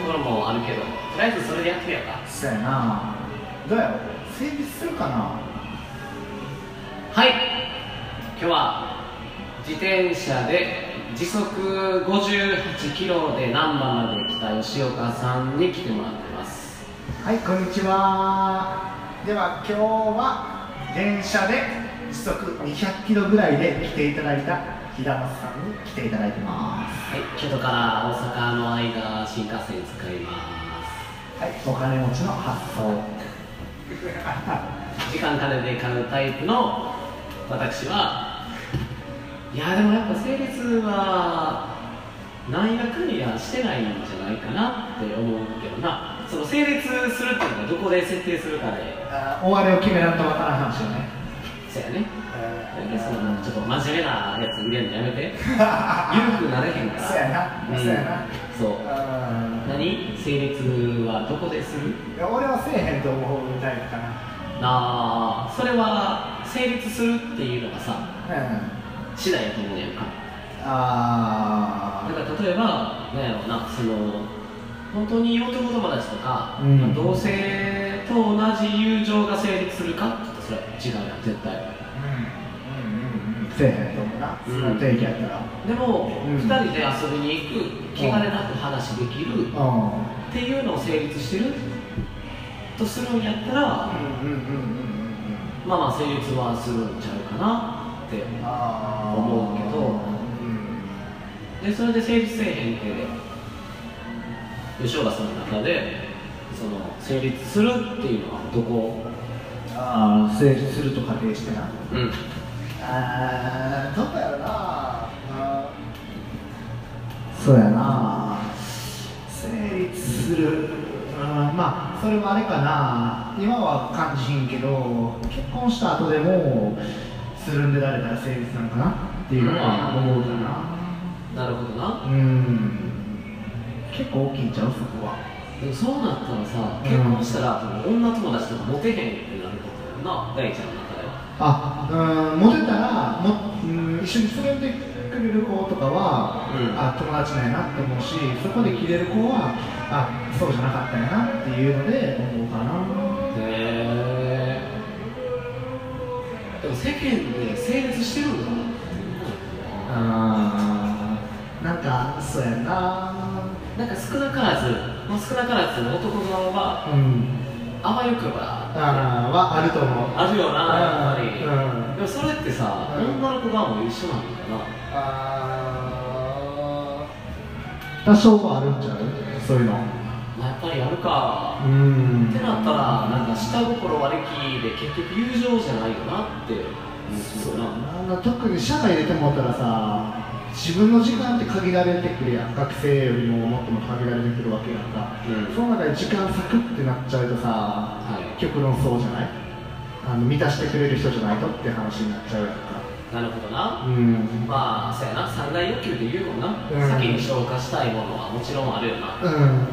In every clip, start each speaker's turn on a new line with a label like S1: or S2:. S1: けどとりあえずそれでやってみようか
S2: そうやなどうやろ成立するかな
S1: はい今日は自転車で時速58キロで難波まで来た吉岡さんに来てもらってます
S2: はいこんにちはでは今日は電車で時速200キロぐらいで来ていただいた平松さんに来ていただいてます
S1: はい京都から大阪の間新幹線使いま
S2: はいお金持ちの発想
S1: す時間金で買うタイプの私はいやでもやっぱ成立は何やかんやしてないんじゃないかなって思うけどなその成立するっていうのはどこで設定するかで
S2: あ終わりを決めらんとわからん話よね
S1: そやねなんかその
S2: え
S1: ちょっと真面目なやつ入れるのや めて緩
S2: ー
S1: くなれへんから
S2: そうやな
S1: うん
S2: そうやな
S1: そう
S2: うん
S1: 何成立はどこでする
S2: いや俺はせえへんと思うみたいかな
S1: なあそれは成立するっていうのがさ
S2: うん
S1: 次第やと思うねんかだ
S2: あ
S1: から例えばなんやろうなその本当に男友達とか、
S2: うん
S1: まあ同性と同じ友情が成立するかって言ったらそれは違うやん絶対
S2: あうんうんうんうんせえへんと思うな、
S1: うん
S2: その定義やったら
S1: でも、
S2: うん
S1: 二人で遊びに行く気兼ねなく話できる、
S2: う
S1: っていうのを成立してるとするんやったらまあ
S2: んうんうんうんうんうん
S1: まあ成立はするんちゃうかなって
S2: あー
S1: 思うけど
S2: うん
S1: でそれで成立せえへんって吉岡さんの中でその成立するっていうのはどこ
S2: ああ成立すると仮定してな
S1: うん
S2: あーどうだよなあーそうやな成立するあーまあそれはあれかな今は感じひんけど結婚した後でもつるんでられたら成立なんかなっていうのは思うかな
S1: なるほどな
S2: うん結構大きいんちゃうそこは
S1: でもそうなったらさ
S2: うん
S1: 結婚したらその女友達とかモテへんってなることだよな大ちゃんの中では
S2: あうんモテたらも、うん、一緒に連れてくれる子とかは、
S1: うん
S2: あ友達なんやなって思うしそこで着れる子はあそうじゃなかったんやなっていうので思うかな
S1: へえでも世間で成立してるんだなって思うな
S2: あーなんかそうやな
S1: なんか少なからず、まあ、少なからず男側は
S2: うん
S1: あわよくば
S2: あーはあると思う
S1: あるよなやっぱり、
S2: うん
S1: でもそれってさ、
S2: うん
S1: 女の子側も一緒なのかな
S2: あー多少はあるんちゃうそういうの
S1: まあ、やっぱりあるか、
S2: うん
S1: ってなったらなんか下心割り切りで結局友情じゃないよなって思うな
S2: あの特に社会出てもらったらさ自分の時間って限られてくるやん学生よりももっとも限られてくるわけやんか
S1: うん
S2: その中で時間サクってなっちゃうとさ、
S1: い
S2: 極論そうじゃないあの満たしてくれる人じゃないとって話になっちゃうやんか
S1: なるほどな
S2: うん
S1: まあそうやな三大欲求で言うもんな、
S2: うん
S1: 先に消化したいものはもちろんあるよな
S2: うん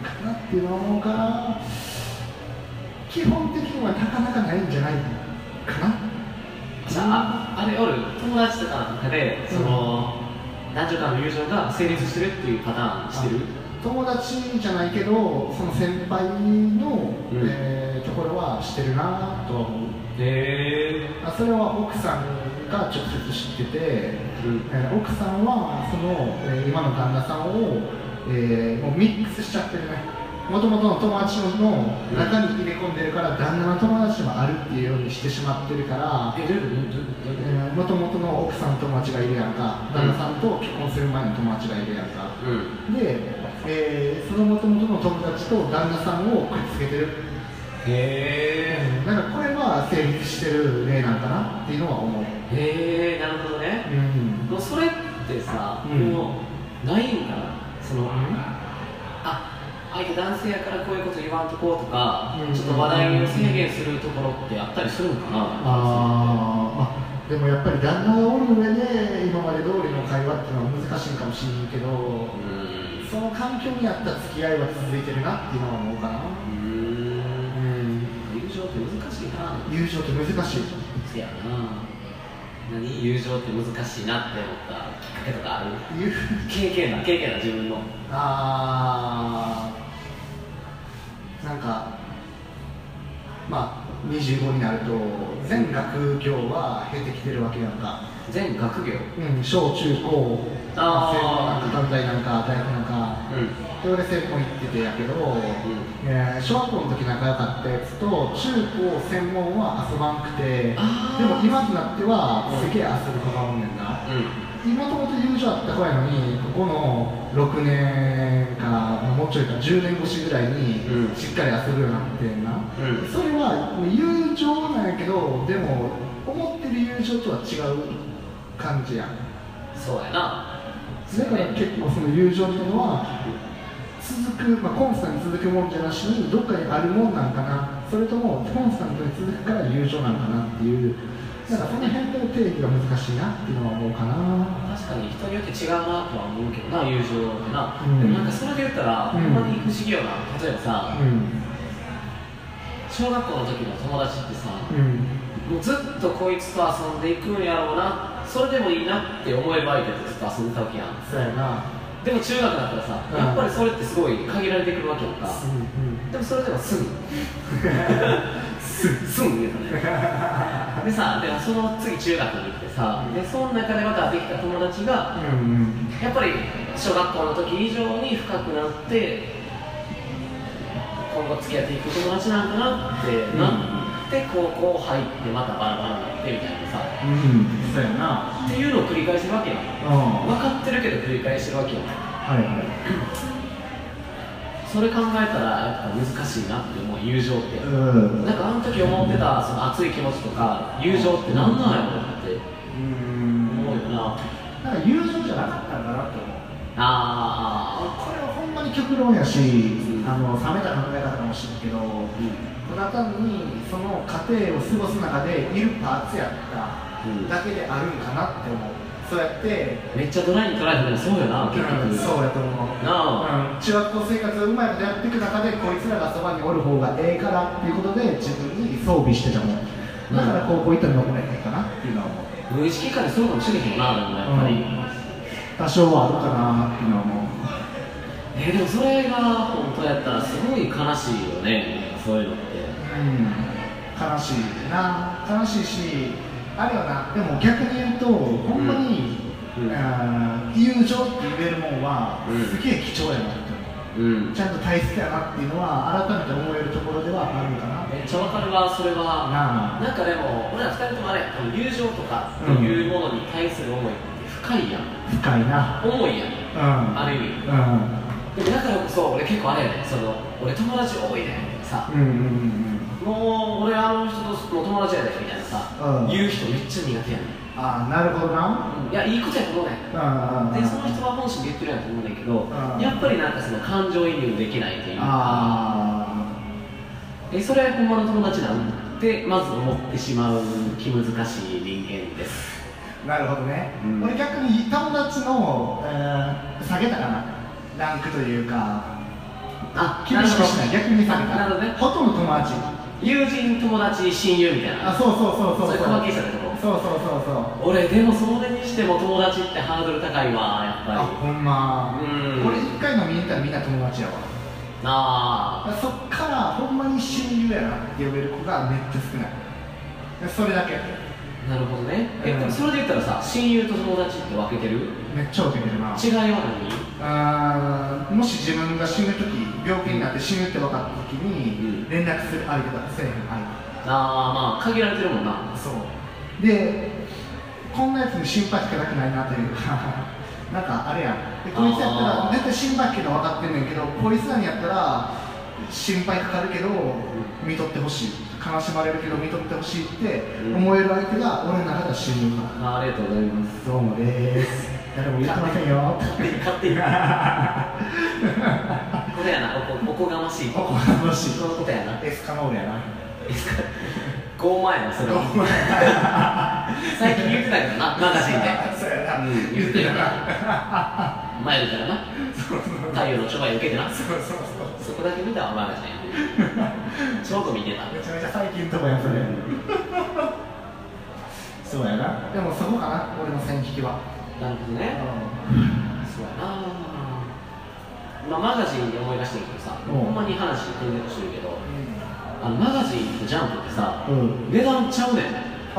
S2: かなっていうのは思うから基本的にはなかなかないんじゃないかな
S1: じゃあ、あれおる友達とかの中で、その、男女間の友情が成立してるっていうパターンしてる
S2: 友達じゃないけどその先輩の、
S1: うん
S2: えーところはしてるなとは思う
S1: へ
S2: あそれは奥さんが直接知ってて、
S1: ぇうん。
S2: えー奥さんはその、えー今の旦那さんを、えーもうミックスしちゃってるねもともとの友達の中に入れ込んでるから旦那の友達もあるっていうようにしてしまってるから
S1: え、どういうことどういう
S2: もともとの奥さんの友達がいるやんか旦那さんと結婚する前の友達がいるやんか、
S1: ことうん。
S2: で、えーその元々の友達と旦那さんをくっつけてる、
S1: へ
S2: なんかこれは成立してる例なんかなっていうのは思う、
S1: ぇへぇなるほどね。
S2: うん、
S1: もうそれってさ、
S2: うん
S1: もう、ないんかなその、あ、相手男性やからこういうこと言わんとこうとか
S2: う、ん
S1: ちょっと話題を制限するところってあったりするのかな
S2: あーあでもやっぱり旦那がおる上で今まで通りの会話っていうのは難しいかもしれんけど
S1: うん。
S2: その環境に合った付き合いは続いてるなっていうのは思うかな、
S1: うん
S2: うん、
S1: 友情って難しいな
S2: 友情って難しい
S1: せやな何友情って難しいなって思ったきっかけとかある
S2: 友
S1: 経験だ経験だ自分の
S2: あ25になると全学業は減ってきてるわけやんか、
S1: 全学業
S2: うん、小中高
S1: あー
S2: 専門学団体なんか大学なんか
S1: う
S2: で俺専門行っててやけど、えー小学校の時仲良かったやつと中高専門は遊ばんくてで
S1: あー
S2: も今となっては
S1: うん
S2: すげえ遊ぶ子がおんねんな、
S1: ん
S2: 今ともと友情あった子やのにここの6年かもうちょいか10年越しぐらいに
S1: うん
S2: しっかり遊ぶようになってんな、
S1: うん
S2: それはもう友情なんやけどでも思ってる友情とは違う感じやん
S1: そうやな
S2: だから結構その友情っていうのは続く、まあ、コンスタントに続くもんじゃなしにどっかにあるもんなんかなそれともコンスタントに続くから友情なんかなっていうだからその辺の定義が難しいなっていうのは思うかな
S1: 確かに人によって違うなとは思うけどな友情ってな、
S2: うん
S1: でもなんかそれで言ったら、ほ
S2: うん
S1: んまに不思議よな例えばさ、
S2: うん
S1: 小学校の時の友達ってさ、
S2: うん
S1: もうずっとこいつと遊んでいくんやろうなそれでもいいなって思えば相手とずっと遊んでたわけやん
S2: そうやな
S1: でも中学だったらさ、
S2: うん
S1: やっぱりそれってすごい限られてくるわけやんか、
S2: うん
S1: でもそれでも すぐすぐすぐ言うたねでさでもその次中学に行ってさでその中でまたできた友達が
S2: うんうん
S1: やっぱり小学校の時以上に深くなって今後付き合っていく友達なんだなって
S2: うん
S1: なって、高校入ってまたバラバラになってみたいなさ
S2: うんそうやな
S1: っていうのを繰り返してるわけやん
S2: う
S1: 分
S2: んは
S1: かってるけど繰り返してるわけやん
S2: いは
S1: それ考えたらやっぱ難しいなって思う友情って、
S2: いうん
S1: なんかあの時思ってたその熱い気持ちとか友情って何なんやろって思うよな
S2: なんか友情じゃなかったんだなって思う
S1: あ
S2: これはほんまに極論やし、あの冷めた考え方かもしれんけど、ただ単にその過程を過ごす中でいるパーツやった
S1: うん
S2: だけであるんかなって思う、そうやって、
S1: あめっちゃドライに捉えてもそうよな結局、
S2: うんそうやと思う、
S1: な
S2: うん中学校生活をうまいことやっていく中でこいつらがそばにおる方がええからっていうことで自分に装備してたもんだから高校行ったら残れへんかなっていうのは思う
S1: 無意識化でそうかもしれへんよなでもやっぱり、
S2: 多少はあるかなっていうのは思う
S1: えーでもそれが本当やったらすごい悲しいよねなんかそういうのって
S2: うん悲しいな悲しいしあるよなでも逆に言うとほんまに、
S1: うん
S2: あー友情って言えるもんは、
S1: うん
S2: すげえ貴重やなって思
S1: うん
S2: うちゃんと大切やなっていうのは改めて思えるところではあるかな
S1: めっちゃわかるわそれは
S2: なあ
S1: なんかでも俺ら二人ともあれ友情とかというものに対する思いって深いやん
S2: 深いな
S1: 重いやん
S2: うん
S1: ある意味でもだからこそ俺結構あれやねその俺友達多いねさ
S2: うんうんうんうん
S1: もう俺あの人ともう友達やねみたいなさ、
S2: うん
S1: 言う人めっちゃ苦手やね
S2: ああなるほどな
S1: うんいやいいことやと思うねん
S2: うんうんうん
S1: でその人は本心で言ってるやと思うねんだけど、
S2: うん
S1: やっぱりなんかその感情移入できないというか
S2: あ
S1: えそれは本物の友達なんってまず思ってしまう気難しい人間です
S2: あなるほどね、
S1: うん
S2: 俺逆に友達の、えー下げたかなランクというか
S1: あ
S2: 厳しくしない逆に下げた
S1: なるほどね
S2: ほとんど友達
S1: 友人友達親友みたいな
S2: あそうそうそうそう
S1: それ細けい人だと思う
S2: そうそうそうそう
S1: 俺でもそれにしても友達ってハードル高いわやっ
S2: あ
S1: ぱり
S2: ほんま
S1: うん
S2: これ1回の見に行ったらみんな友達やわ
S1: あ
S2: そっからほんまに親友やなって呼べる子がめっちゃ少ないそれだけ
S1: あなるほどねえ、
S2: うん
S1: でもそれで言ったらさ親友と友達って分けてる
S2: めっちゃ受けてるな
S1: 違いは
S2: あーもし自分が死ぬ時病気になって死ぬって分かった時
S1: うん
S2: に連絡する相手がせえへん相手
S1: 何ああまあ限られてるもんな
S2: そうでこんなやつに心配かけたくないなというか なんかあれやんでこいつやった
S1: あ
S2: ら
S1: ー
S2: 絶対心配かけるの分かってんねんけどこいつらにやったら心配かかるけど見とってほしい悲しまれるけど見とってほしいって
S1: うん
S2: 思える相手が俺の中では親友かな
S1: あありがとうございます
S2: どうもでーす誰も言ってませんよ
S1: 勝手にこれやなおこおこがましい
S2: お
S1: こ
S2: こがましい
S1: のことやな
S2: エスカノールやな
S1: 傲慢やなそれは最近言ってたけどなマガジンで
S2: そうやな
S1: うん言ってるな前だからな
S2: そうそう
S1: 太陽のちょばい受けてな
S2: そうそうそ
S1: そ
S2: う
S1: こだけ見たわマガジンちょうど見てた
S2: めちゃめちゃ最近とかやそれそうやなでもそこかな俺の線引きは
S1: なるほどねそうやなまあマガジンで思い出してんけどさ
S2: うん
S1: ほんまに話飛んでほしいけどあのマガジンとジャンプってさ
S2: うん
S1: 値段ちゃうねん
S2: あ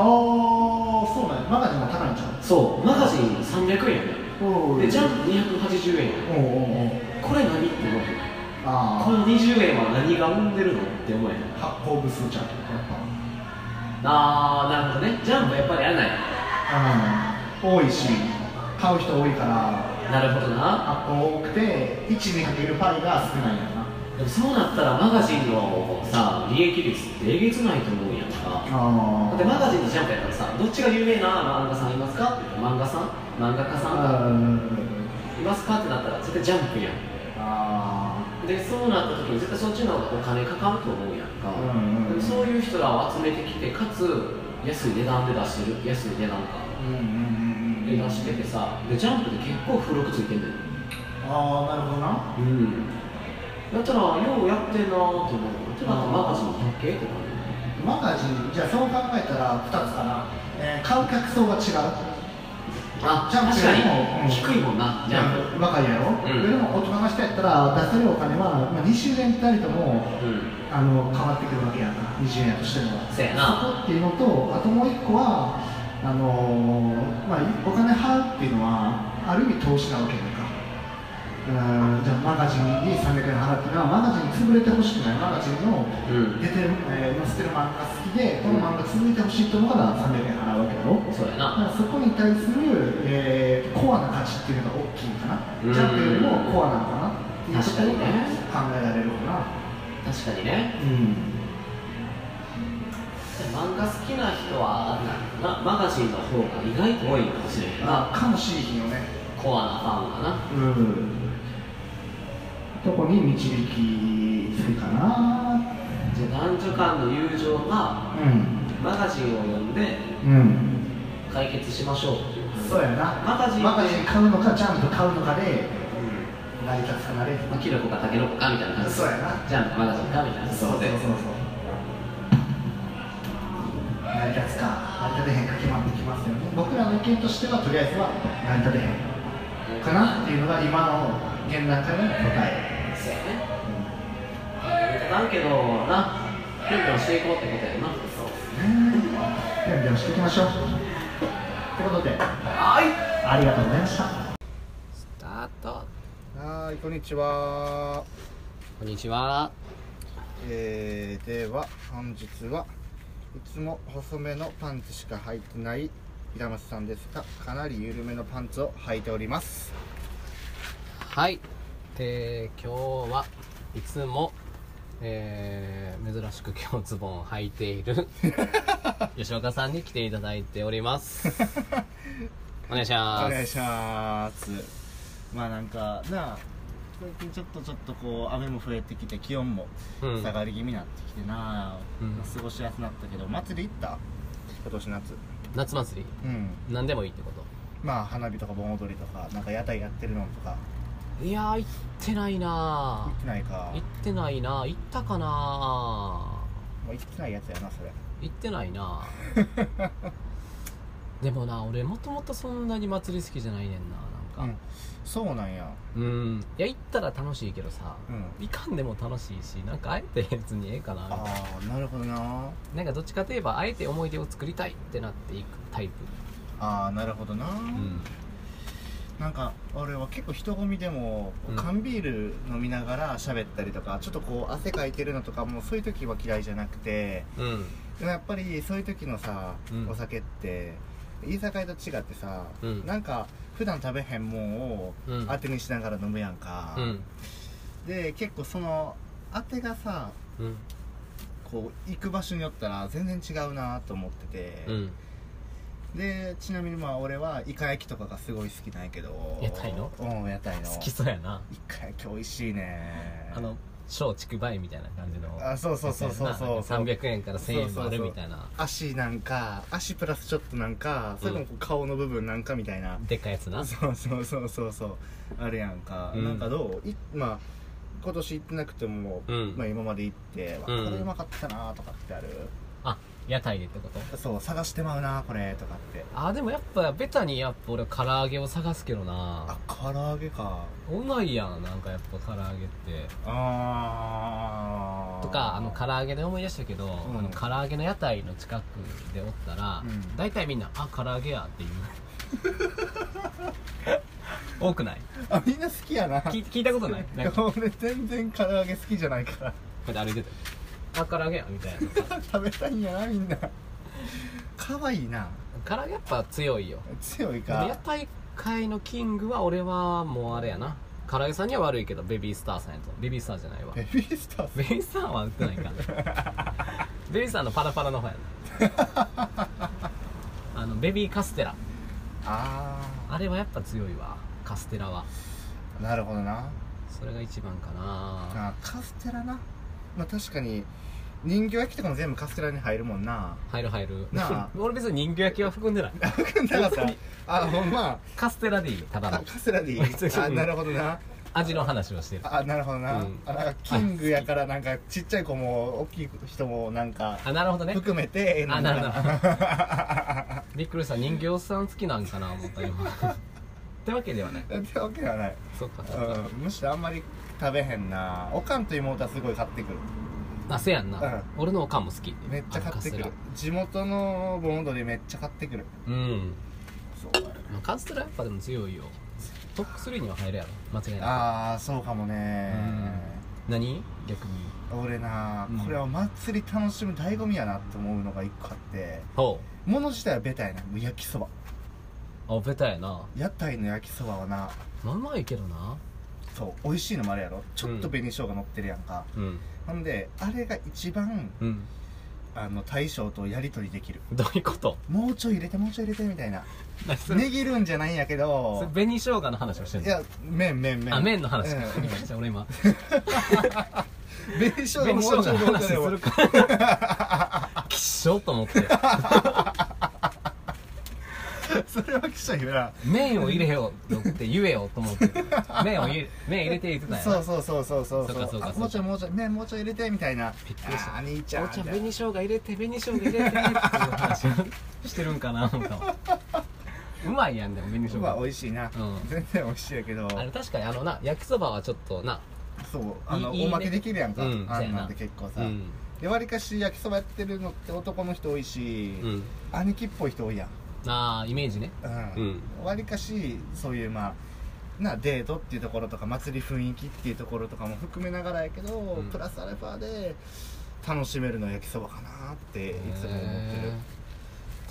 S2: あそうなんやマガジンも高いんちゃう
S1: そうマガジン300円やね
S2: お
S1: んでジャンプ280円や
S2: おうおうおう
S1: ねんこれ何って思うよこ
S2: あ
S1: の20円は何が生んでるのって思えへん
S2: あ発行部数ちゃうやっぱ
S1: あーなるほどねジャンプやっぱりやらない
S2: うん、多いし買う人多いから
S1: なるほどな
S2: 発行多くて1にかけるパイが少ないんやな
S1: でもそうなったらマガジンのさ利益率ってえげつないと思うんやんかだ
S2: あ
S1: ってマガジンとジャンプやったらさどっちが有名な漫画さんいますかって言ったら漫画さん漫画家さんがいますかってなったら絶対ジャンプやん
S2: あ
S1: でそうなった時に絶対そっちの方がお金かかると思うやんか、
S2: うんうんうん
S1: でもそういう人らを集めてきてかつ安い値段で出してる安い値段か
S2: うんうんうん
S1: で出しててさでジャンプで結構付録ついてんねん
S2: ああなるほどな
S1: うんだったらようやってんなーって思うってなったらマガジンだけって感じ
S2: マガジンじゃあそう考えたら2つかな、えー買う客層が違う
S1: あ
S2: ジャンプ
S1: 確かに
S2: よりもうん
S1: 低いもんなジャンプ
S2: 若いや
S1: う
S2: ろ、
S1: ん
S2: でも大人の人やったら出せるお金は、まあ、20円たりとも
S1: うん
S2: あの変わってくるわけやな20円やとしても
S1: せやな
S2: っていうのとあともう一個はあのーまあ、お金払うっていうのはある意味投資なわけやんかうんじゃあマガジンに300円払っていうのはマガジン潰れてほしくないマガジン
S1: う
S2: の
S1: ん
S2: 出てる、えー載せてる漫画好きでこの漫画続いてほしいと思うから300円払うわけだろ
S1: そうやな
S2: だからそこに対する、えーコアな価値っていうのが大きいんかな
S1: うん
S2: ジャンプよりもコアなのかなっていうところが考えられるかな
S1: 確かにね
S2: うん
S1: 漫画好きな人はあんななマガジンの方が意外と多いかもしれへんな
S2: あかもしれひんよね
S1: コアなファンがな
S2: うんとこに導きつくかな
S1: じゃあ男女間の友情が
S2: うん
S1: マガジンを読んで
S2: うん
S1: 解決しましょうっていう感じ
S2: そうやな
S1: マガジン
S2: マガジン買うのかジャンプ買うのかで
S1: う
S2: 成り立つかな
S1: ん
S2: れ
S1: まあキノコかタケノコかみたいな感じ
S2: そうやな
S1: ジャンプマガジンかみたいなで
S2: 成り立つか成り立てへんか決まってきますよね僕らの意見としてはとりあえずは成り立てへんかなっていうのが今の現段階の答え
S1: そうやねなんけどなピョンピョンしていこうってことやな
S2: ぴょんぴょんしていきましょうということで
S1: はい
S2: ありがとうございました
S1: スタート
S2: はいこんにちは
S1: こんにちは
S2: えー、では本日はいつも細めのパンツしか履いてない平松さんですがかなり緩めのパンツを履いております
S1: はい、えー、今日はいつも、えー、珍しく今日ズボンを履いてい る吉岡さんに来ていただいており ますお願いします
S2: お願いしますまあなんかなあ最近ちょっとちょっとこう雨も増えてきて気温も
S1: うん
S2: 下がり気味になってきてなあ、
S1: うん
S2: 過ごしやすくなったけど祭り行った今年夏
S1: 夏祭り
S2: うん
S1: 何でもいいってこと
S2: まあ花火とか盆踊りとかなんか屋台やってるのとか
S1: いやー行ってない
S2: 行
S1: な
S2: ってないか
S1: ー行ってないなー行ったかなー
S2: もう行ってないやつやなそれ
S1: 行ってないな でもな俺もともとそんなに祭り好きじゃないねんななんか
S2: そうなんや
S1: うんいや行ったら楽しいけどさ
S2: うん
S1: 行かんでも楽しいしなんかあえて別にええかなみたいな
S2: ああなるほどな
S1: なんかどっちかといえばあえて思い出を作りたいってなっていくタイプ
S2: ああなるほどな、
S1: うん
S2: なんか俺は結構人混みでも
S1: うん
S2: 缶ビール飲みながら喋ったりとか、ちょっとこう汗かいてるのとかもそういう時は嫌いじゃなくて
S1: うん
S2: でもやっぱりそういう時のさ、
S1: うん
S2: お酒って居酒屋と違ってさ、
S1: うん
S2: なんか普段食べへんもんを
S1: うん
S2: 当てにしながら飲むやんか、
S1: うん
S2: で結構その当てがさ
S1: うん
S2: こう行く場所によったら全然違うなと思ってて、
S1: うん
S2: でちなみにまあ俺はイカ焼きとかがすごい好きなんやけど
S1: 屋台の
S2: うん屋台の
S1: 好きそうやな
S2: イカ焼き美味しいね
S1: あの小竹梅みたいな感じの
S2: あそうそうそうそうそう
S1: やつやななんか300円から1000円もあ
S2: そうそう
S1: る
S2: そう
S1: みたいな
S2: 足なんか足プラスちょっとなんかそれともこう顔の部分なんかみたいな、
S1: でっかいやつな
S2: そうそうそうそうそうあるやんか、
S1: うん
S2: なんかどういまあ今年行ってなくても、
S1: うん
S2: まあ、今まで行って、わ
S1: うん
S2: これうまかったなとかってある
S1: あ屋台でってこと
S2: そう探してまうなこれとかって
S1: あでもやっぱベタにやっぱ俺唐揚げを探すけどな
S2: あ唐揚げか
S1: うまいやんなんかやっぱ唐揚げって
S2: あー
S1: とかあの唐揚げで思い出したけど、
S2: ん
S1: あの唐揚げの屋台の近くでおったら、
S2: うん
S1: 大体みんな「あ唐揚げや」って言う 多くない
S2: あみんな好きやな
S1: 聞い聞いたことないなんかこ
S2: 俺全然唐揚げ好きじゃないから
S1: うやって歩いてたよあ唐揚げや」みたいな
S2: 食べたいんやなみんな可愛いな
S1: 唐揚げやっぱ強いよ
S2: 強い
S1: で屋
S2: か
S1: 台界のキングは俺はもうあれやな唐揚げさんには悪いけどベビースターさんやとベビースターじゃないわ
S2: ベビースター
S1: ベビースターは売ってない かベビースターのパラパラの方や なあのベビーカステラ
S2: あ
S1: あれはやっぱ強いわカステラは
S2: あなるほどな
S1: それが一番かな
S2: あカステラなまあ確かに人形焼きとかも全部カステラに入るもんな
S1: 入る入る
S2: なあ
S1: 俺別に人形焼きは含んでない
S2: だからさあほんま
S1: カステラでいいよただ
S2: あ
S1: の
S2: カステラでいい
S1: 別に
S2: あなるほどな
S1: 味の話をしてる
S2: あなるほどな,、
S1: うん
S2: あなんかキングやからなんかちっちゃい子も大きい人もなんか
S1: あなるほどね
S2: 含めてええの
S1: あ
S2: か
S1: なるほどびっくりした人形さん好きなんかな思った今ってわけでは ない
S2: ってわけはない、
S1: そうかそうか、
S2: うん、むしろあんまり食べへんなおかんと妹はすごい買ってくる
S1: あせやんな、
S2: うん
S1: 俺のおかんも好き
S2: めっちゃ買ってく
S1: あ
S2: る
S1: のカス
S2: 地元の盆踊りめっちゃ買ってくる
S1: テラうん
S2: そう
S1: まあ、カステラやっぱでも強いよトップ3には入るやろ間違いない
S2: ああそうかもね
S1: 何逆に
S2: 俺な
S1: うん
S2: これはお祭り楽しむ醍醐味やなって思うのが一個あって
S1: ほ
S2: 物自体はベタやなもう焼きそば
S1: うあベタやな
S2: 屋台の焼きそばはな
S1: まあうまいけどな
S2: そう美味しいのもあるやろちょっと紅生姜乗ってるやんか、
S1: うん
S2: ほんであれが一番
S1: うん
S2: あの大将とやり取りできる
S1: どういうこと
S2: もうちょい入れてもうちょい入れてみたいな
S1: 何それ
S2: ねぎるんじゃないんやけ
S1: それ
S2: ど
S1: 紅生姜の話をしてる
S2: いや麺麺麺
S1: あ麺の話
S2: うん
S1: か、びっくりした俺今
S2: 紅生姜
S1: 紅
S2: も
S1: 生姜
S2: うちょ
S1: の
S2: い入れ
S1: 話
S2: て
S1: す
S2: も
S1: るかきっしょと思って
S2: それは記者言うな
S1: 麺を入れようって言えよと思って麺を入れ麺入れて言ってたんや
S2: そう
S1: な
S2: そうそうそうそう
S1: そうかそうか
S2: あ
S1: そうか
S2: もうちょいもうちょい麺もうちょい入れてみたいな
S1: びっくりした
S2: あー兄ちゃん
S1: お茶
S2: みたいな
S1: 紅生姜入れて紅生姜入れてっていう話をしてるんかな思ったわうまいやんでも紅生
S2: うわ
S1: 姜
S2: 美味しいな、
S1: うん
S2: 全然美味しいやけど
S1: あれ確かにあのな焼きそばはちょっとな
S2: そうあの
S1: いいいいね
S2: おまけできるやんか、
S1: うん
S2: あ
S1: そうや
S2: ん
S1: な
S2: なんて結構
S1: う
S2: さ、
S1: ん
S2: でわりかし焼きそばやってるのって男の人多いし、
S1: うん
S2: 兄貴っぽい人多いやん
S1: ああイメージね
S2: うん
S1: うん
S2: わりかしそういうまあなデートっていうところとか祭り雰囲気っていうところとかも含めながらやけど、
S1: ん
S2: プラスアルファで楽しめるのは焼きそばかなっていつも思って
S1: へ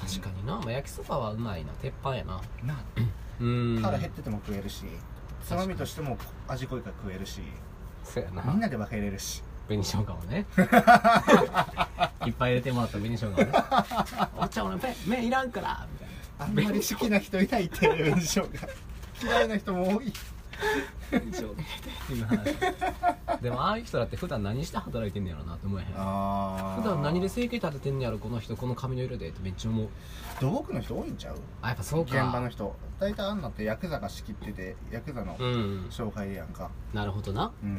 S1: ー確かにな、まあ、焼きそばはうまいな鉄板やな
S2: るな
S1: うん
S2: 腹減ってても食えるしつまみとしても味濃いから食えるし
S1: そうやな
S2: みんなで分けれるし
S1: 紅生姜を ねいっぱい入れてもらった紅生姜をねお茶俺麺麺いらんからみたいな
S2: あんまり好きな人いないっていう印 象が嫌いな人も多い
S1: 紅生姜入れてっていう話でもああいう人だって普段何して働いてんねやろなって思えへん
S2: あ
S1: 普段何で生計立ててんねやろこの人この髪の色でってめっちゃ思う
S2: 土木の人多いんちゃう
S1: あやっぱそう
S2: 現
S1: か
S2: 場の人大体あんなってヤクザが仕切っててヤクザの
S1: うん
S2: 紹介やんか
S1: なるほどな
S2: うん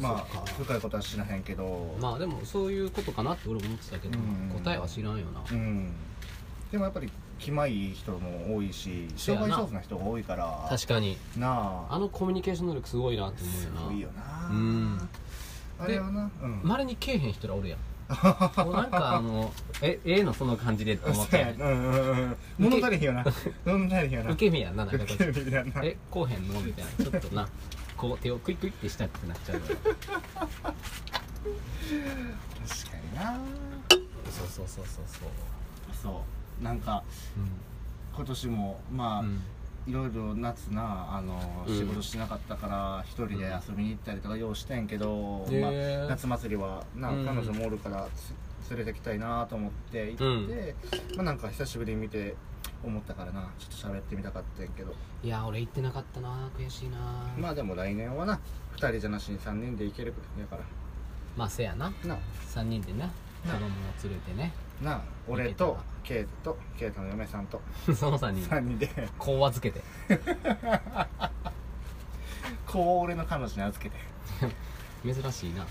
S2: ま
S1: そ
S2: あ
S1: うか
S2: 深いことはしなへんけど
S1: まあでもそういうことかなって俺も思ってたけど、
S2: うん
S1: 答えは知らんよな、
S2: うんでもやっぱり気前いい人も多いし
S1: そう
S2: 商
S1: やな
S2: 売上手な人が多いから
S1: 確かに
S2: なあ
S1: あのコミュニケーション能力すごいなって思うよな
S2: すごいよな
S1: うん
S2: あれはなうん
S1: まれにけえへん人らおるやんもうなんかあのえええのその感じでって思っ
S2: そう
S1: て
S2: やうんうんうん物足りひんよな物足りひんよな
S1: 受け身やんななんかこ
S2: 受
S1: っ
S2: け
S1: ち
S2: 身だな
S1: えこうへんのみたいなちょっとなこう手をクイクイってしたくなっちゃうよ
S2: 確かにな
S1: そうそうそうそうそう
S2: そうなんか今年もまあ、
S1: うん、うん
S2: いろいろ夏なあの、
S1: うん
S2: 仕事しなかったから一人で遊びに行ったりとかようしてんけど、
S1: へ
S2: まあ
S1: え、
S2: 夏祭りはな
S1: うん
S2: 彼女もおるからつ連れてきたいなと思って行って、まあなんか久しぶりに見て思ったからなちょっと喋ってみたかったんやけど
S1: いや俺行ってなかったな悔しいなま
S2: まあでも来年はな2人じゃなしに3人で行けるやから
S1: あせやな
S2: な
S1: 3人でな子供を連れてね
S2: な俺とケイトとケイトの嫁さんと
S1: その3人
S2: 3人で
S1: こう預けて
S2: こう俺の彼女に預けて
S1: 珍しいな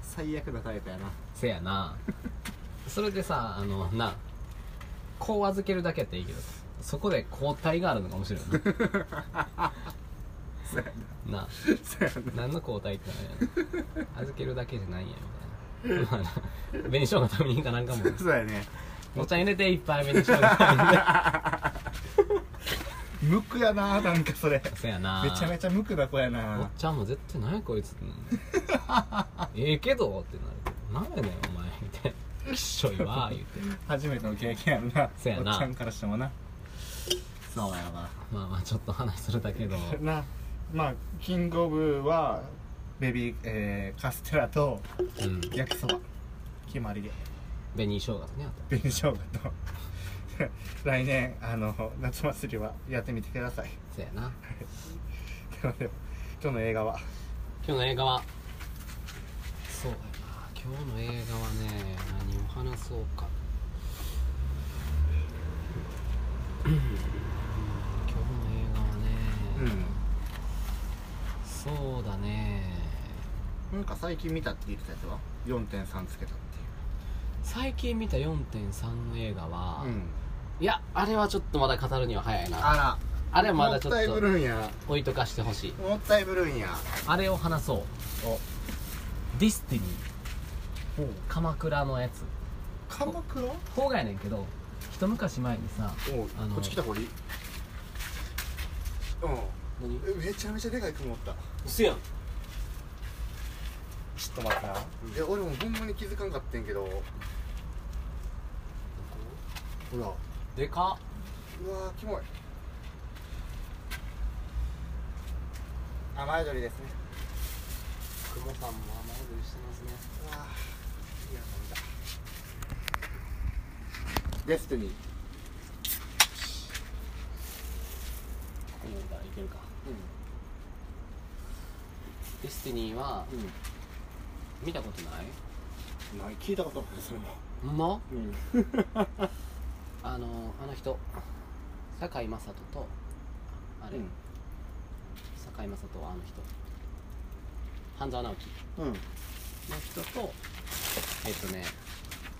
S2: 最悪なタイプやな
S1: せやなそれでさあのなこう預けるだけやっていいけどそこで交代があるのが面白いよなそ
S2: そうや
S1: な
S2: な そうやな
S1: 何の交代ってなんや預けるだけじゃないんやみたいな まあな紅生姜食べに行かなんかも
S2: そうやね
S1: お茶入れて一杯目にしようか
S2: 無垢やななんかそれ
S1: そうやな
S2: めちゃめちゃ無垢な子や
S1: おっ
S2: な
S1: ちゃんも絶対何やこいつってなるええけどってなるけど何やねんお前みたいなきっしょいわ言って
S2: 初めての経験やろな
S1: そうやな
S2: おっちゃんからしてもなそうやわ
S1: まあまあちょっと話するだけど
S2: なまあキングオブはベビー、えーカステラと
S1: うん
S2: 焼きそば決まりで
S1: 紅生姜とねあと
S2: 紅生姜と 来年あの夏祭りはやってみてください
S1: そうやな
S2: でもでも今日の映画は
S1: 今日の映画はそうやな今日の映画はね何を話そう かうん今日の映画はね、
S2: う
S1: そうだね
S2: んなんか最近見たって言ってたやつは4.3つけたって
S1: 最近見た4.3の映画は、
S2: いううん
S1: いやあれはちょっとまだ語るには早いなあ
S2: あ
S1: れはま
S2: ら
S1: だちょ
S2: もったい
S1: っ
S2: ぶ
S1: と
S2: るんや
S1: 置いとかしてほしい
S2: もったいぶるんや
S1: あれを話そう
S2: お
S1: ディスティニー鎌倉のやつ
S2: 鎌倉お
S1: 方がやねんけど一昔前にさあの
S2: こっち来た方がいいう
S1: 何
S2: んえめちゃめちゃでかい雲おった
S1: 嘘やん
S2: ちょっと待ってな、いや俺もほんまに気づかんかってんけどほら
S1: でかっ
S2: うわーキモい雨宿りですね
S1: 久保さんも雨宿りしてますね
S2: うわーいい雨だデスティニー
S1: 思ったらいけるかディスティニーは
S2: うん
S1: 見たことない
S2: うんない聞いたことないそれも
S1: ほんま
S2: うん
S1: あのあの人堺雅人とあれ、堺雅人はあの人半沢直樹
S2: うんうん
S1: の人とえっとね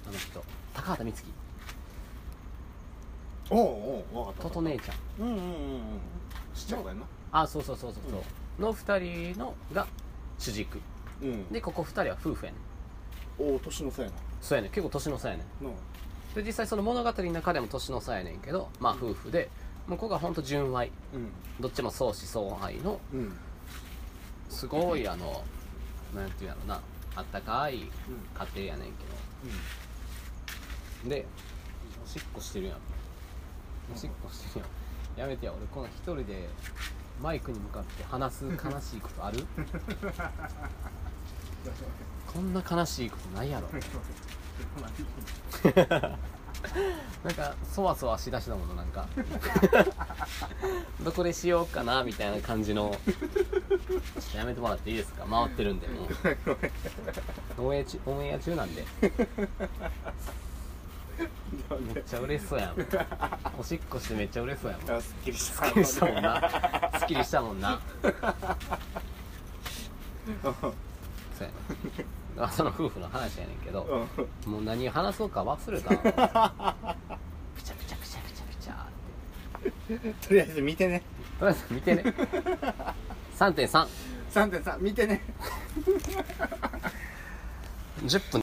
S1: あの人高畑充希
S2: おうおうわかった
S1: と
S2: わか
S1: と
S2: っ
S1: 姉ちゃん
S2: たうんうんうんうんちっちゃい子やんな
S1: あそうそうそうそうそう、の2人のが主軸
S2: うん
S1: でここ2人は夫婦やねん
S2: おお年の差やな
S1: そうやねん結構年の差やねん
S2: な
S1: で実際その物語の中でも年の差やねんけどまあ夫婦でもうここがほんと純愛
S2: うん
S1: どっちも相思相愛の
S2: うんうん
S1: すごいあのなんていうんやろなあったかい家庭やねんけどでおしっこしてるやんおしっこしてるやんやめてや俺こんな一人でマイクに向かって話す悲しいことあるこんな悲しいことないやろなんかそわそわしだしたものなん かどこでしようかなみたいな感じのちょっとやめてもらっていいですか回ってるんでもうオンエア中オンエア中なんでめっちゃ嬉しそうやんおしっこしてめっちゃ嬉しそう やもん
S2: あすっきりした
S1: すっきりしたもんなすっきりしたもんなそうやなあその夫婦の話やねんけど
S2: うん
S1: もう何話そうか忘れたわ ピチャピチャピチャピチャピチャって
S2: とりあえず見てね
S1: とりあえず見てね3.310
S2: 3.3見てね
S1: 分